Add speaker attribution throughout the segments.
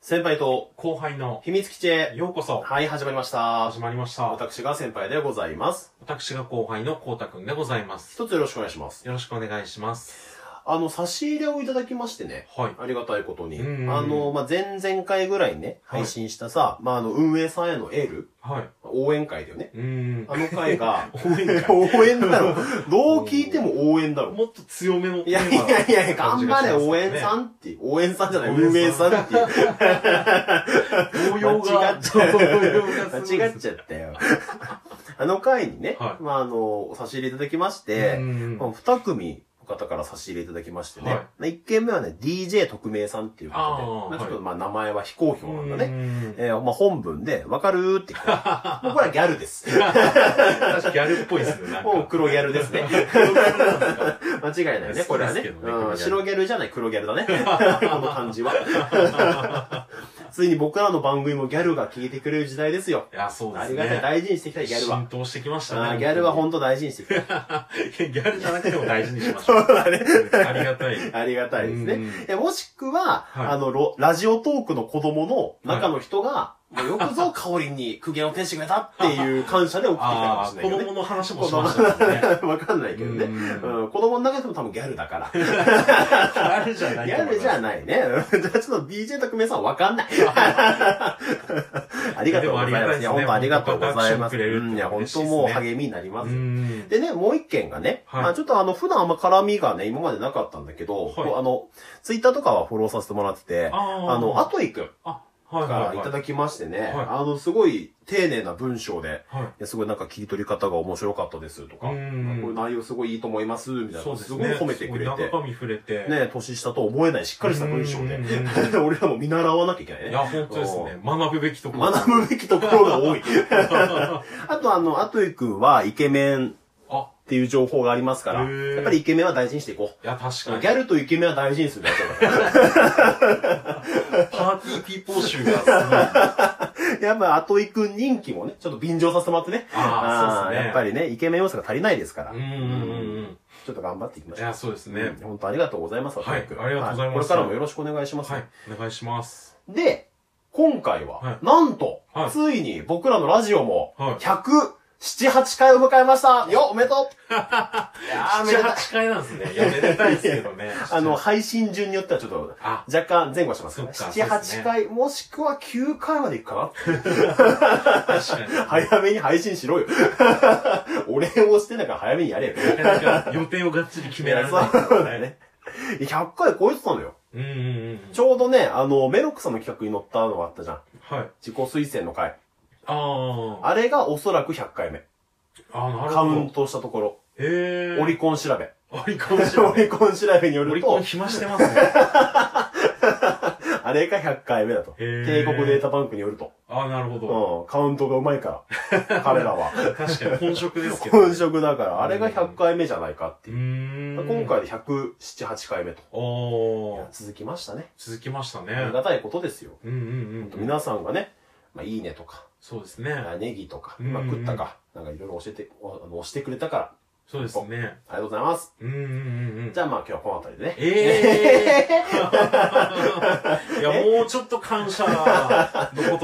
Speaker 1: 先輩と
Speaker 2: 後輩の
Speaker 1: 秘密基地へ。
Speaker 2: ようこそ
Speaker 1: はい、始まりました。
Speaker 2: 始まりました
Speaker 1: 私が先輩でございます。
Speaker 2: 私が後輩のこうたくんでございます
Speaker 1: 一つよろしくお願いします。
Speaker 2: よろしくお願いします
Speaker 1: あの、差し入れをいただきましてね。
Speaker 2: はい
Speaker 1: ありがたいことに。
Speaker 2: うんうん
Speaker 1: あの、まあ、前々回ぐらいにね、
Speaker 2: はい
Speaker 1: 配信したさ、まあ、あの、運営さんへのエール、
Speaker 2: はい
Speaker 1: 応援会だよね。
Speaker 2: うーん、
Speaker 1: あの会が
Speaker 2: 応援会
Speaker 1: 応援だろ。どう聞いても応援だろ。
Speaker 2: もっと強めの
Speaker 1: いやいやいやいや、頑張れ、応援さ
Speaker 2: ん
Speaker 1: んっていう。応援さんじゃない、
Speaker 2: 応援さん
Speaker 1: 運営さんっていう。
Speaker 2: 応用が
Speaker 1: 間違っちゃ う
Speaker 2: 応用がすごい
Speaker 1: 間違っちゃったよ。 あの回にね、
Speaker 2: はい
Speaker 1: まあ、あの、差し入れいただきまし
Speaker 2: う
Speaker 1: て、
Speaker 2: ん
Speaker 1: まあ、二組の方から差し入れいただきましてね、
Speaker 2: はい
Speaker 1: まあ一件目はね、DJ 特命さんっていうこ
Speaker 2: あ
Speaker 1: とで、ま
Speaker 2: ー
Speaker 1: あ、ちょっ
Speaker 2: は
Speaker 1: とまあ名前は非公表なんだね。
Speaker 2: ね
Speaker 1: えーまあ、本文で、わかるーって来て、 僕らギャルです。
Speaker 2: 確かギャルっぽいですねなん
Speaker 1: もう
Speaker 2: か
Speaker 1: 黒ギャルですね。
Speaker 2: 黒ギャルなんですか
Speaker 1: 間違いないね、これはね。
Speaker 2: そうですけどね黒ギャ
Speaker 1: う
Speaker 2: ル
Speaker 1: ん、白ギャルじゃない黒ギャルだね。 この感じは。 ついに僕らの番組もギャルが聞いてくれる時代ですよ。
Speaker 2: いやそうで
Speaker 1: あ
Speaker 2: す
Speaker 1: り
Speaker 2: ね
Speaker 1: がたい、大事にしていきたい、ギャルは
Speaker 2: 浸。透してきまし
Speaker 1: あ
Speaker 2: た
Speaker 1: ー
Speaker 2: ね
Speaker 1: ギャルは本当大事にしていきたい。
Speaker 2: いやギャルじゃなくても大事にしましょう。ありが たい。
Speaker 1: ありがたいです
Speaker 2: う
Speaker 1: ね
Speaker 2: ん。
Speaker 1: えもしくは、
Speaker 2: はい
Speaker 1: あのロ、ラジオトークの子供の中の人が、もうよくぞ香りに苦言を呈してくれたっていう感謝で送ってきたかも
Speaker 2: あ
Speaker 1: し
Speaker 2: あ、
Speaker 1: れない
Speaker 2: 子
Speaker 1: けどね。
Speaker 2: 供の話もしましたもんね。
Speaker 1: わかんないけどね。
Speaker 2: うん
Speaker 1: うん、子供の中でも多分ギャルだから。 ギ
Speaker 2: ギャルじゃ ない
Speaker 1: ャ
Speaker 2: と思います。
Speaker 1: ルじゃないね。うん じゃあちょっと DJ 特命さんわかん ない。ありがとうございます。い
Speaker 2: で
Speaker 1: や、
Speaker 2: もありがたいです
Speaker 1: 本
Speaker 2: ね
Speaker 1: 当ありがとうございま
Speaker 2: 本当アクション
Speaker 1: す。
Speaker 2: くれるって
Speaker 1: うんいや、本
Speaker 2: 嬉しい
Speaker 1: 当
Speaker 2: ですね
Speaker 1: もう励みになります
Speaker 2: う。ん。
Speaker 1: でね、もう一件がね、
Speaker 2: はい
Speaker 1: まあちょっとあの、普段あんま絡みがね、今までなかったんだけど、
Speaker 2: はい
Speaker 1: こうあの、ツイッターとかはフォローさせてもらってて、
Speaker 2: あー
Speaker 1: あの、アトイくん
Speaker 2: あ、はい
Speaker 1: か
Speaker 2: は
Speaker 1: ら
Speaker 2: い
Speaker 1: い
Speaker 2: はい。
Speaker 1: ただきましてね、
Speaker 2: はい
Speaker 1: あの、すごい丁寧な文章で、
Speaker 2: はい
Speaker 1: やすごいなんか切り取り方が面白かったですとか、
Speaker 2: う
Speaker 1: こうんいう内容すごいいいと思います、みたい
Speaker 2: そ
Speaker 1: な。
Speaker 2: うですす
Speaker 1: ごい
Speaker 2: ね。
Speaker 1: 褒めてくれ
Speaker 2: すごい
Speaker 1: て。
Speaker 2: 中身触れて。
Speaker 1: ね年下と思えないしっかりした文章で
Speaker 2: うん。
Speaker 1: 俺らも見習わなきゃいけないね
Speaker 2: い。や、本当ですね。学ぶべきところ。
Speaker 1: 学ぶべきところが多い。 あとあの、アトイくんはイケメン
Speaker 2: あ、
Speaker 1: っていう情報がありますから、
Speaker 2: へー
Speaker 1: やっぱりイケメンは大事にしていこう。
Speaker 2: いや、確
Speaker 1: ギ
Speaker 2: かに。
Speaker 1: ャルとイケメンは大事にするだけだか
Speaker 2: パーティーピーポー集がすご い。あ
Speaker 1: ら。やっぱ、アトイくん人気もね、ちょっと便乗させてもらってね。
Speaker 2: あ、そう
Speaker 1: ー
Speaker 2: ですね。
Speaker 1: やっぱ。りね、イケメン要素が足りないですから。
Speaker 2: うんうんうん
Speaker 1: ちょっと頑張っていき
Speaker 2: う
Speaker 1: ま
Speaker 2: ん。
Speaker 1: し
Speaker 2: い
Speaker 1: ょう。
Speaker 2: や、そうですね。
Speaker 1: うん本当ありがとうございます、
Speaker 2: は
Speaker 1: ア
Speaker 2: い
Speaker 1: トイくん
Speaker 2: ありがとうございます
Speaker 1: これからもよろしくお願いします。
Speaker 2: はい。お願いします。
Speaker 1: で、今回は、
Speaker 2: はい
Speaker 1: なんと、
Speaker 2: はい
Speaker 1: ついに僕らのラジオも、
Speaker 2: はい
Speaker 1: 107、8回を迎えましたよおめでと ういやーめで
Speaker 2: 7、
Speaker 1: たい。
Speaker 2: 8回なんですね。いや、めでたいですけどね
Speaker 1: あの、、配信順によってはちょっと、
Speaker 2: あ、
Speaker 1: 若干前後しますね。
Speaker 2: そっか
Speaker 1: 7、
Speaker 2: そうです
Speaker 1: 8
Speaker 2: ね
Speaker 1: 回、もしくは9回までいくか
Speaker 2: 確かに。
Speaker 1: な早めに配信しろよ。 お礼をしてんだから早めにやれよ。
Speaker 2: なかなか予定をがっちり決められない。
Speaker 1: そうだね。100回超えてたのよ。
Speaker 2: うんうんうん。
Speaker 1: ちょうどね、あの、メロックさんの企画に乗ったのがあったじゃん。
Speaker 2: はい。
Speaker 1: 自己推薦の回。
Speaker 2: ああ。
Speaker 1: あれがおそらく100回目。
Speaker 2: あなる
Speaker 1: カ
Speaker 2: ほ
Speaker 1: ウン
Speaker 2: ど。
Speaker 1: トしたところ。
Speaker 2: へえ。
Speaker 1: オリコン調べ。
Speaker 2: オリコン し
Speaker 1: オリコン調べによ
Speaker 2: オ
Speaker 1: る
Speaker 2: リコ
Speaker 1: と
Speaker 2: ン、暇してますね。
Speaker 1: あれが100回目だと。
Speaker 2: へー
Speaker 1: 帝国データバンクによると。
Speaker 2: ああ、なるほど。
Speaker 1: うん、カウントがうまい から。彼らは。
Speaker 2: 確かに本職ですけど。
Speaker 1: 本職だから、あれが100回目じゃないかって
Speaker 2: う
Speaker 1: いう。
Speaker 2: ーん。
Speaker 1: 今。回で107、8回目と。
Speaker 2: おー。
Speaker 1: 続きましたね。
Speaker 2: 続きましたね。
Speaker 1: ありがたいことですよ。
Speaker 2: うんうんうん。
Speaker 1: 皆さんがね、まあ、いいねとか、
Speaker 2: そうですね。
Speaker 1: ネギとか、
Speaker 2: うん
Speaker 1: まあ、食ったか、なんかいろいろ教えて、おあの押してくれたから、
Speaker 2: そうですね。
Speaker 1: ありがとうございます。
Speaker 2: うんうんうんうん。
Speaker 1: じゃあまあ今日はこの辺りでね。
Speaker 2: ええ ー、いや、もうちょっと感謝の言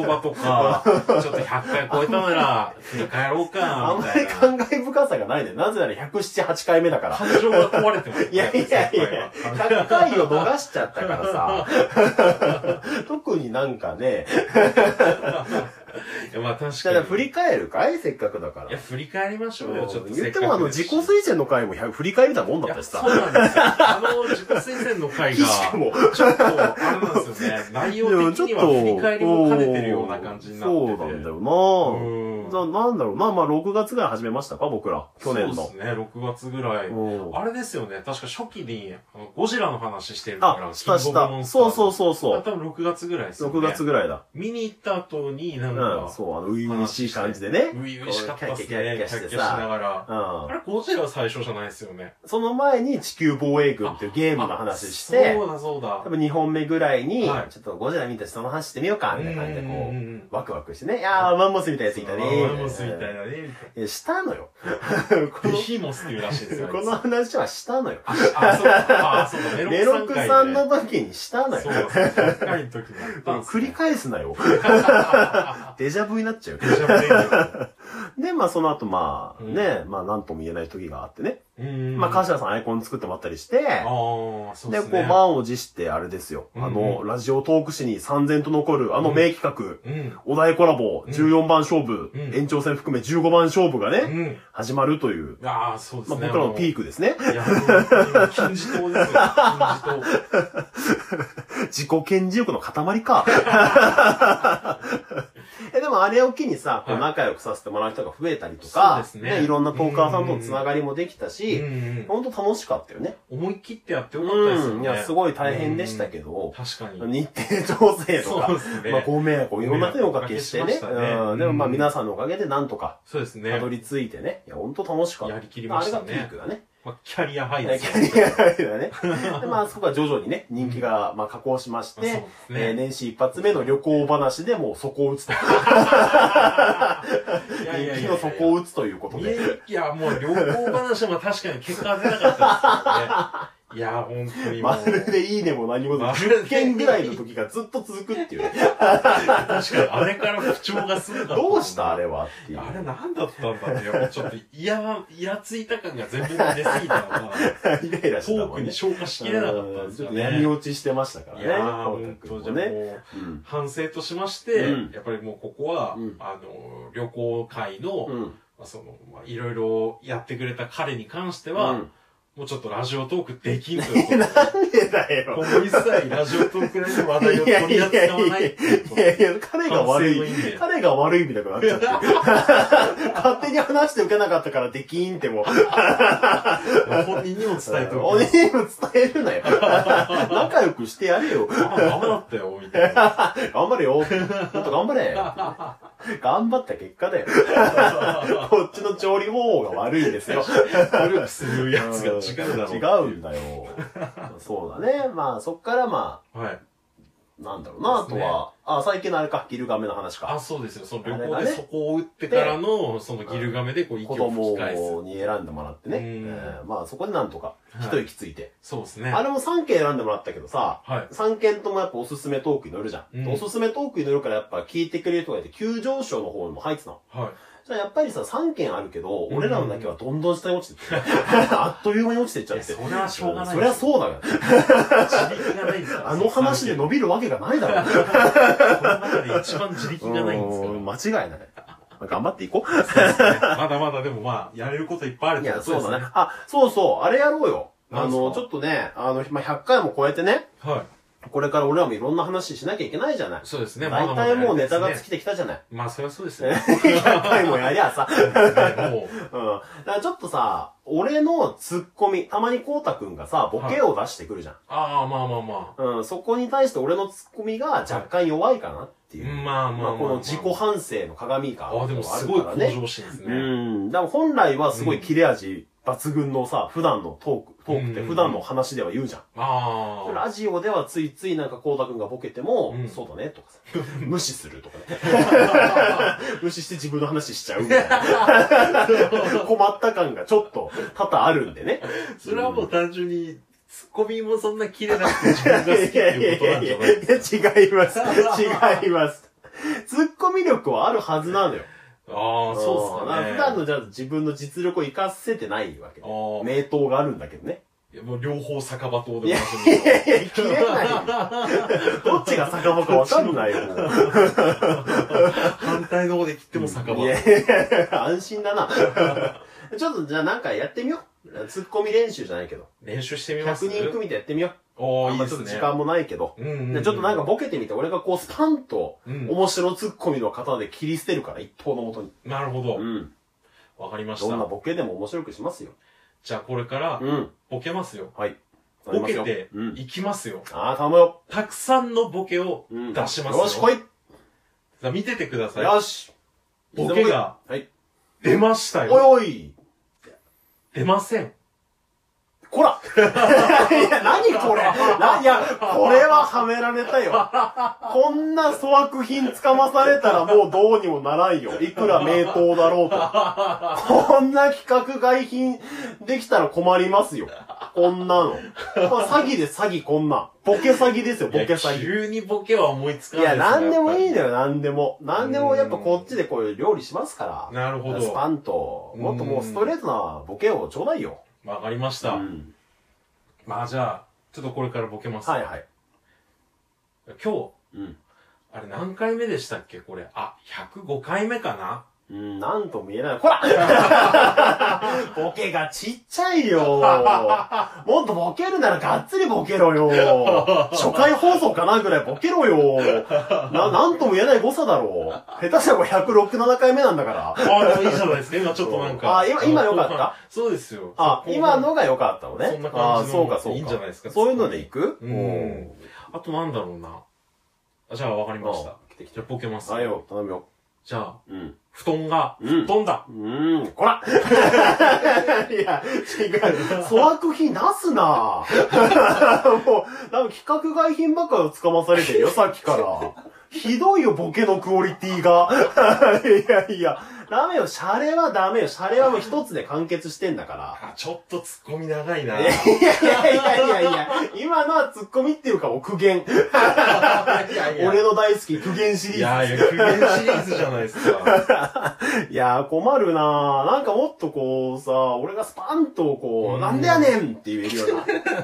Speaker 2: 葉 とか、ちょっと100回超えたなら、振り返ろう
Speaker 1: あ
Speaker 2: か、
Speaker 1: ん
Speaker 2: み
Speaker 1: ま
Speaker 2: た
Speaker 1: り
Speaker 2: いな。
Speaker 1: 感慨深さがないね。なぜなら107、8回目だから。
Speaker 2: 感情が壊れてますね。
Speaker 1: いやいやいや、
Speaker 2: 今回は
Speaker 1: 100回を逃しちゃったからさ。 特になんかね、
Speaker 2: いや、まあ確
Speaker 1: じ
Speaker 2: か
Speaker 1: ゃ
Speaker 2: に
Speaker 1: あ。振り返るかいせっかくだから
Speaker 2: いや、。振り返りましょうよ、ちょっと
Speaker 1: 言
Speaker 2: せ
Speaker 1: っ
Speaker 2: か
Speaker 1: て
Speaker 2: く
Speaker 1: もあの、
Speaker 2: です
Speaker 1: 自己推薦の回も100振り返りだもん
Speaker 2: い
Speaker 1: だっ
Speaker 2: や
Speaker 1: て
Speaker 2: そ
Speaker 1: さ。
Speaker 2: うなんですよ。あの、自己推薦の 回が、
Speaker 1: しかも
Speaker 2: ちょっと、あれなんですよね。内容的には振り返りも兼ねてるような感じになってて。
Speaker 1: そうなんだよ
Speaker 2: うん
Speaker 1: なななんだろうな、まあ6月ぐらい始めましたか、僕ら。去年
Speaker 2: そう
Speaker 1: の
Speaker 2: で。すね、6月ぐらい。
Speaker 1: うん
Speaker 2: あれですよね、確か初期に、あのゴジラの話してるから
Speaker 1: あ、、した
Speaker 2: キ
Speaker 1: し
Speaker 2: ングオブモ
Speaker 1: た。
Speaker 2: ンスター
Speaker 1: そうそうそうそ
Speaker 2: あ
Speaker 1: う。
Speaker 2: 多分6月ぐらいですよね。
Speaker 1: 6月ぐらいだ。
Speaker 2: 見に行った後に、な
Speaker 1: うんん、
Speaker 2: か、
Speaker 1: そう、あの、初々しい感じでね。
Speaker 2: 初々しかったっすね。
Speaker 1: キャッキャキャッキャして
Speaker 2: キャッキャしな
Speaker 1: さ。
Speaker 2: がら。
Speaker 1: うん
Speaker 2: あ。れ、ゴジラ最初じゃないですよね。
Speaker 1: その前に地球防衛軍っていうゲームの話して
Speaker 2: あ、そうだ、そうだ
Speaker 1: 多。分2本目ぐらいに
Speaker 2: はい
Speaker 1: ちょっとゴジラ見たし、その話してみようか、みたいな感じでこ
Speaker 2: うんうんうん
Speaker 1: う、ワクワクしてね。いやー、マンモスみたいなやついたね。
Speaker 2: マンモスみたいなね。
Speaker 1: いや、した のよ。こ
Speaker 2: ベ
Speaker 1: の
Speaker 2: ヒモスっていうらしいですよ。
Speaker 1: この
Speaker 2: あい
Speaker 1: 話はしたのよ。
Speaker 2: つ、あ、そうか。あ、そうだ。
Speaker 1: メ
Speaker 2: メ
Speaker 1: ロ
Speaker 2: ロ
Speaker 1: ク
Speaker 2: ク
Speaker 1: さ
Speaker 2: さ
Speaker 1: ん
Speaker 2: ん
Speaker 1: の
Speaker 2: の
Speaker 1: 時にしたのよ
Speaker 2: そ。うだ。1回の時にやったんです
Speaker 1: 繰
Speaker 2: ね
Speaker 1: り返すな よ。デジャブになっちゃう。
Speaker 2: デジャブ営
Speaker 1: で、まあその後まあ
Speaker 2: うん
Speaker 1: ね、まあなんとも言えない時があってね。
Speaker 2: 業うん
Speaker 1: まあ川島さんアイコン作ってもらったりして、
Speaker 2: ああ、そう
Speaker 1: で、
Speaker 2: です
Speaker 1: こ
Speaker 2: ね。
Speaker 1: う満を持してあれですよ。
Speaker 2: うん
Speaker 1: あの、ラジオトーク史に三千と残るあの名企画、
Speaker 2: うん。
Speaker 1: お題コラボ14番勝負、
Speaker 2: うん
Speaker 1: 延長戦含め15番勝負がね、
Speaker 2: うん。
Speaker 1: 始まるという、
Speaker 2: ああ、そうです
Speaker 1: まあ
Speaker 2: ね。
Speaker 1: 僕らのピー
Speaker 2: ク。
Speaker 1: クですね。
Speaker 2: いや、もう金字塔ですよ。金字塔。
Speaker 1: 自己顕示欲の塊 か。えでもあれを機にさ、こう
Speaker 2: はい
Speaker 1: 仲良くさせてもらう人が増えたりと
Speaker 2: そう
Speaker 1: か
Speaker 2: で、すね
Speaker 1: いろんなトーカーさんとのつながりもできたし、
Speaker 2: うん
Speaker 1: ほんと楽しかったよね。
Speaker 2: 思い切ってやってよかったですよ
Speaker 1: い
Speaker 2: ね。
Speaker 1: や、すごい大変でしたけど、
Speaker 2: 確かに。
Speaker 1: 日程調整と
Speaker 2: そう
Speaker 1: か
Speaker 2: で、すね。
Speaker 1: まあ、ご迷惑をいろんな手をおかけして
Speaker 2: ご迷
Speaker 1: ね。
Speaker 2: 惑おかけしましたね
Speaker 1: うんでもまあ、
Speaker 2: うん
Speaker 1: 皆さんのおかげでなんとか、
Speaker 2: そうですね
Speaker 1: た。どり着いてね。いや、ほんと楽しかった。
Speaker 2: やりきりましたね
Speaker 1: あれがピークだね。
Speaker 2: まあ、キャリアハイ
Speaker 1: い
Speaker 2: で
Speaker 1: や
Speaker 2: す
Speaker 1: キ
Speaker 2: よ
Speaker 1: ャリアハイだね。で、まあ、そこは徐々にね、人気が、まあ、下降しまし
Speaker 2: あそう
Speaker 1: て
Speaker 2: で、すね
Speaker 1: えー年始一発目の旅行話でもう底を打つと。
Speaker 2: いやいや
Speaker 1: 人気
Speaker 2: いや
Speaker 1: の底を打つということ
Speaker 2: い
Speaker 1: で。
Speaker 2: やいや、もう旅行話も確かに結果出なかったですよね。いや、本当にもう。
Speaker 1: まるでいいねも何も
Speaker 2: まるで
Speaker 1: 10件ぐらいの時がずっと続くっていうね。
Speaker 2: 確かに、あれから不調がすごかった。
Speaker 1: どうしたあれはっていう。
Speaker 2: あれ何だったんだって、もうちょっと、いや、イラついた感が全部出過ぎたのが、
Speaker 1: イライラし
Speaker 2: ト
Speaker 1: てた
Speaker 2: ー
Speaker 1: も
Speaker 2: ク
Speaker 1: んね。
Speaker 2: に消化しきれなかったんで
Speaker 1: ちょっ
Speaker 2: すよ
Speaker 1: と
Speaker 2: ね。
Speaker 1: 闇落ちしてましたから
Speaker 2: い
Speaker 1: ね。
Speaker 2: やー、
Speaker 1: こう
Speaker 2: 本当
Speaker 1: こ
Speaker 2: じ
Speaker 1: う
Speaker 2: ゃあも
Speaker 1: ね。
Speaker 2: う、
Speaker 1: うん。
Speaker 2: 反省としまして、
Speaker 1: うん
Speaker 2: やっぱりもうここは、
Speaker 1: うん
Speaker 2: あの、旅行会の、
Speaker 1: うん。
Speaker 2: まあ、その、まあ、いろいろやってくれた彼に関しては、
Speaker 1: うん
Speaker 2: もうちょっとラジオトークできんということで、
Speaker 1: なんでだよ。
Speaker 2: 今後一切ラジオトーク内の話題
Speaker 1: い
Speaker 2: を
Speaker 1: や
Speaker 2: 取
Speaker 1: い
Speaker 2: り
Speaker 1: やいや
Speaker 2: 扱わないっていうこと
Speaker 1: いやいや、彼が悪
Speaker 2: 反省の意味
Speaker 1: い
Speaker 2: で。
Speaker 1: 彼が悪いみたいになっちゃって。 勝手に話して受けなかったからできーんってもう。
Speaker 2: 本人に も伝えてお
Speaker 1: お
Speaker 2: き
Speaker 1: に
Speaker 2: ます。
Speaker 1: も伝えるなよ。仲良くしてやれよ。
Speaker 2: あ、ダメだったよ、みたいな。
Speaker 1: 頑張れよ。もっと頑張れ。頑張った結果 だよ。こっちの調理方法が悪いんですよ。
Speaker 2: 努力するやつが違うだろう。
Speaker 1: 違うんだよ。そうだね。まあ、そっからま
Speaker 2: はい。
Speaker 1: あ、なんだろうな、あと
Speaker 2: ですね
Speaker 1: は。あ、最近のあれか、ギルガメの話
Speaker 2: あ、
Speaker 1: か。
Speaker 2: そうですよ。その旅
Speaker 1: あ
Speaker 2: 行
Speaker 1: れ
Speaker 2: で
Speaker 1: がね
Speaker 2: そこを打ってからの、そのギルガメでこう息
Speaker 1: 子
Speaker 2: を吹
Speaker 1: 供
Speaker 2: き返す。
Speaker 1: に選んでもらってね。
Speaker 2: うん
Speaker 1: えーまあ、そこでなんとか、
Speaker 2: はい
Speaker 1: 一息ついて。
Speaker 2: そうですね。
Speaker 1: あれも3件選んでもらったけどさ、
Speaker 2: はい。
Speaker 1: 3件ともやっぱおすすめトークに乗るじゃん。
Speaker 2: うん
Speaker 1: おすすめトークに乗るからやっぱ聞いてくれる人がいて、急上昇の方にも入ってたの。
Speaker 2: はい。
Speaker 1: じゃあやっぱりさ、3件あるけど、
Speaker 2: うん
Speaker 1: 俺らのだけはどんどん下に落ちて って、あっという間に落ちてっちゃって。
Speaker 2: いやそれはしょうがない
Speaker 1: そりゃそうだよ。
Speaker 2: 自力がないんですから。
Speaker 1: あの話で伸びるわけがないだろ。
Speaker 2: この中で一番自力がないんですか
Speaker 1: うー
Speaker 2: ら。
Speaker 1: 間違いない。頑張っていこ
Speaker 2: まだまだでもまあ、やれることいっぱいあるっ
Speaker 1: う。い
Speaker 2: てこ
Speaker 1: や、
Speaker 2: と
Speaker 1: そう
Speaker 2: です
Speaker 1: だ
Speaker 2: ね
Speaker 1: ね。。あ、そうそう、あれやろうよ。あ
Speaker 2: 何ですか
Speaker 1: の、ちょっとね、あの、まあ、100回も超えてね、
Speaker 2: は
Speaker 1: これから俺らもいろんな話しなきゃいけないじゃない
Speaker 2: い。。そうですね。
Speaker 1: 大体もうネタが尽
Speaker 2: き。
Speaker 1: きてきたじゃない。
Speaker 2: まあ、そりゃそうですよね。
Speaker 1: 100回もやりゃさ。
Speaker 2: も
Speaker 1: うん。だからちょっとさ、俺のツッコミ、たまにこうたくんがさ、ボケを出してくるじゃん。
Speaker 2: う、ああ、まあまあま
Speaker 1: うん、そこに対して俺のツッコミが若干弱いかなって
Speaker 2: あ。
Speaker 1: いう。
Speaker 2: まあまあま
Speaker 1: まあ
Speaker 2: あ。
Speaker 1: この自己反省の鏡か。
Speaker 2: ああ、でもすごい向上心ですね。
Speaker 1: うん。だから本来はすごい切れ味抜群のさ、普段のトーク、トークって
Speaker 2: うん
Speaker 1: 普段の話では言うじゃん。
Speaker 2: ああ。
Speaker 1: ラジオではついついなんかこうたくんがボケても、
Speaker 2: うん
Speaker 1: そうだねとかさ、 無視するとかね。 無視して自分の話しちゃうみたい な。困った感がちょっと多々あるんでね。
Speaker 2: それはもう単純に、ツッコミもそんな切れなくて自分が好きっていうことなんじゃないですか。
Speaker 1: いや違います。違います。ツッコミ力はあるはずなのよ。
Speaker 2: ああ、そうっすか
Speaker 1: ん
Speaker 2: ね。
Speaker 1: 普段のじゃあ自分の実力を活かせてないわけで
Speaker 2: あ。ー
Speaker 1: 名刀があるんだけどね。
Speaker 2: いやもう両方酒場島でおなじみ
Speaker 1: いやいや、切れないよ。どっちが酒場かわかんないよ。もう
Speaker 2: 反対の方で切っても酒場。
Speaker 1: いやいや安心だな。 ちょっとじゃあなんかやってみよう。ツッコミ練習じゃないけど。
Speaker 2: 練習してみま
Speaker 1: 100
Speaker 2: す
Speaker 1: 人組でやってみよう。
Speaker 2: お
Speaker 1: あ
Speaker 2: ー、
Speaker 1: ん
Speaker 2: いい
Speaker 1: ま
Speaker 2: で
Speaker 1: ちょっ
Speaker 2: す
Speaker 1: と
Speaker 2: ね。
Speaker 1: 時間もないけど。
Speaker 2: うんうんうん
Speaker 1: でちょっとなんかボケてみて、俺がこうスパンと
Speaker 2: うん
Speaker 1: 面白ツッコミの方で切り捨てるから、一刀のもとに。
Speaker 2: なるほど
Speaker 1: う。ん。
Speaker 2: わかりまし
Speaker 1: どんな
Speaker 2: た。
Speaker 1: ボケでも面白くしますよ。
Speaker 2: じゃあこれから
Speaker 1: う、ん。
Speaker 2: ボケますよ。
Speaker 1: はい。
Speaker 2: ボケて
Speaker 1: う、ん。
Speaker 2: いきますよ。
Speaker 1: ああ、頼むよ。
Speaker 2: たくさんのボケを
Speaker 1: う
Speaker 2: 出
Speaker 1: ん
Speaker 2: しますよ。
Speaker 1: よし、来い
Speaker 2: さあ見ててください。
Speaker 1: よし
Speaker 2: ボケが。
Speaker 1: はい。
Speaker 2: 出ましたよ。
Speaker 1: おいおい
Speaker 2: 出ません。
Speaker 1: こら いや、何これ ないや、これははめられたよ。こんな粗悪品つかまされたらもうどうにもならんよ。いくら名刀だろうと。こんな規格外品できたら困りますよ。こんなの。まあ詐欺で詐欺こんなん。ボケ詐欺ですよ、ボケ詐欺。
Speaker 2: 急にボケは思いつか
Speaker 1: い
Speaker 2: ない
Speaker 1: や、なんでもいい
Speaker 2: ね。
Speaker 1: のよ、なんでも。なんでもやっぱこっちでこういう料理しますから。
Speaker 2: なるほ
Speaker 1: スパ
Speaker 2: ど。
Speaker 1: ンと、もっともうストレートなボケをちょうだいよ。
Speaker 2: わかりまし
Speaker 1: う
Speaker 2: た。
Speaker 1: ん
Speaker 2: まあじゃあ、ちょっとこれからボケます。
Speaker 1: はいはい。
Speaker 2: 今日、
Speaker 1: うん
Speaker 2: あれ何回目でしたっけこれ。あ、105回目かな
Speaker 1: うん、なんとも言えない。こらボケがちっちゃ いよもっとボケるならがっつりボケろよ初回放送かなぐらいボケろよな、なんとも言えない誤差だろう下手したらこれ106、7回目なんだから。
Speaker 2: あ、でもいいじゃないですか。今ちょっとなんか。
Speaker 1: あ今今よかった
Speaker 2: そうですよ。
Speaker 1: あ、
Speaker 2: そう
Speaker 1: 今のが良かったのね。
Speaker 2: そんな感じ
Speaker 1: あ
Speaker 2: の
Speaker 1: そうかそうか。
Speaker 2: いいんじゃないですか
Speaker 1: そういうのでいく
Speaker 2: うん
Speaker 1: お
Speaker 2: あとなんだろうな。あじゃあわかりました
Speaker 1: あ。来て来
Speaker 2: じゃあボケます。
Speaker 1: ーあれよ、頼むよ。
Speaker 2: じゃあ、
Speaker 1: うん。
Speaker 2: 布団が
Speaker 1: うん。
Speaker 2: 飛んだ。
Speaker 1: うーん、こらいや、違う。粗悪品出すなもう、なんか企画外品ばっかり捕まされてる よ、さっきから。ひどいよ、ボケのクオリティが。いやいや、ダメよ、シャレはダメよ。シャレはもう一つで完結してんだから。
Speaker 2: あ、ちょっとツッコミ長いな。
Speaker 1: いや いやいやいや、今のはツッコミっていうか、もう苦言。
Speaker 2: いやいや
Speaker 1: 俺の大好き、苦言シリー
Speaker 2: い
Speaker 1: ズ。
Speaker 2: やいや、救援シリーズじゃないです か。
Speaker 1: いやー、困るなー。なんかもっとこうさ、俺がスパンとこ
Speaker 2: うん
Speaker 1: う、なんでやねんって言えるよう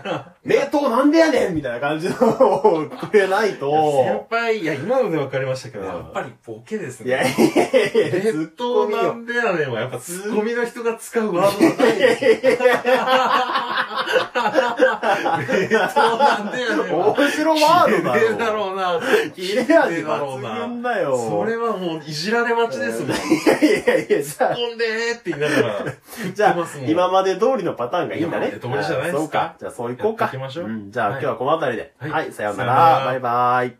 Speaker 1: な。名刀なんでやねんみたいな感じのをくれない
Speaker 2: 先
Speaker 1: と。
Speaker 2: 輩、いや、今ので分かりましたけど、
Speaker 1: うん
Speaker 2: やっぱりボケです
Speaker 1: いや
Speaker 2: ね。
Speaker 1: いやいやいや、
Speaker 2: ず
Speaker 1: ず
Speaker 2: っ
Speaker 1: っ
Speaker 2: と
Speaker 1: と
Speaker 2: な
Speaker 1: よ。
Speaker 2: んでやねんは、やっぱツッコミの人が使うワードじゃない
Speaker 1: いや
Speaker 2: です
Speaker 1: いやいや
Speaker 2: えっと、なんでやねんは。
Speaker 1: 面白ワードだ
Speaker 2: 綺麗だ
Speaker 1: ろ。
Speaker 2: ろうな。
Speaker 1: 切れ味
Speaker 2: 綺麗だろう
Speaker 1: 抜群
Speaker 2: な。
Speaker 1: だよ。
Speaker 2: それはもう、いじられ待ちですもん。
Speaker 1: いやいやいや、じゃあ、
Speaker 2: 飛んでーって言いながら、
Speaker 1: じゃ
Speaker 2: 振ってま
Speaker 1: あ
Speaker 2: すも、ん
Speaker 1: 今まで通りのパターンがいいんだね。
Speaker 2: 今まで通りじゃないですか
Speaker 1: あそうか。じゃあ、そういこうか。
Speaker 2: やっていきましょうん
Speaker 1: じゃあ、
Speaker 2: は
Speaker 1: 今
Speaker 2: い
Speaker 1: 日はこの辺りで。
Speaker 2: はい
Speaker 1: はい、さような
Speaker 2: さような
Speaker 1: ら。
Speaker 2: ら
Speaker 1: バイバイ。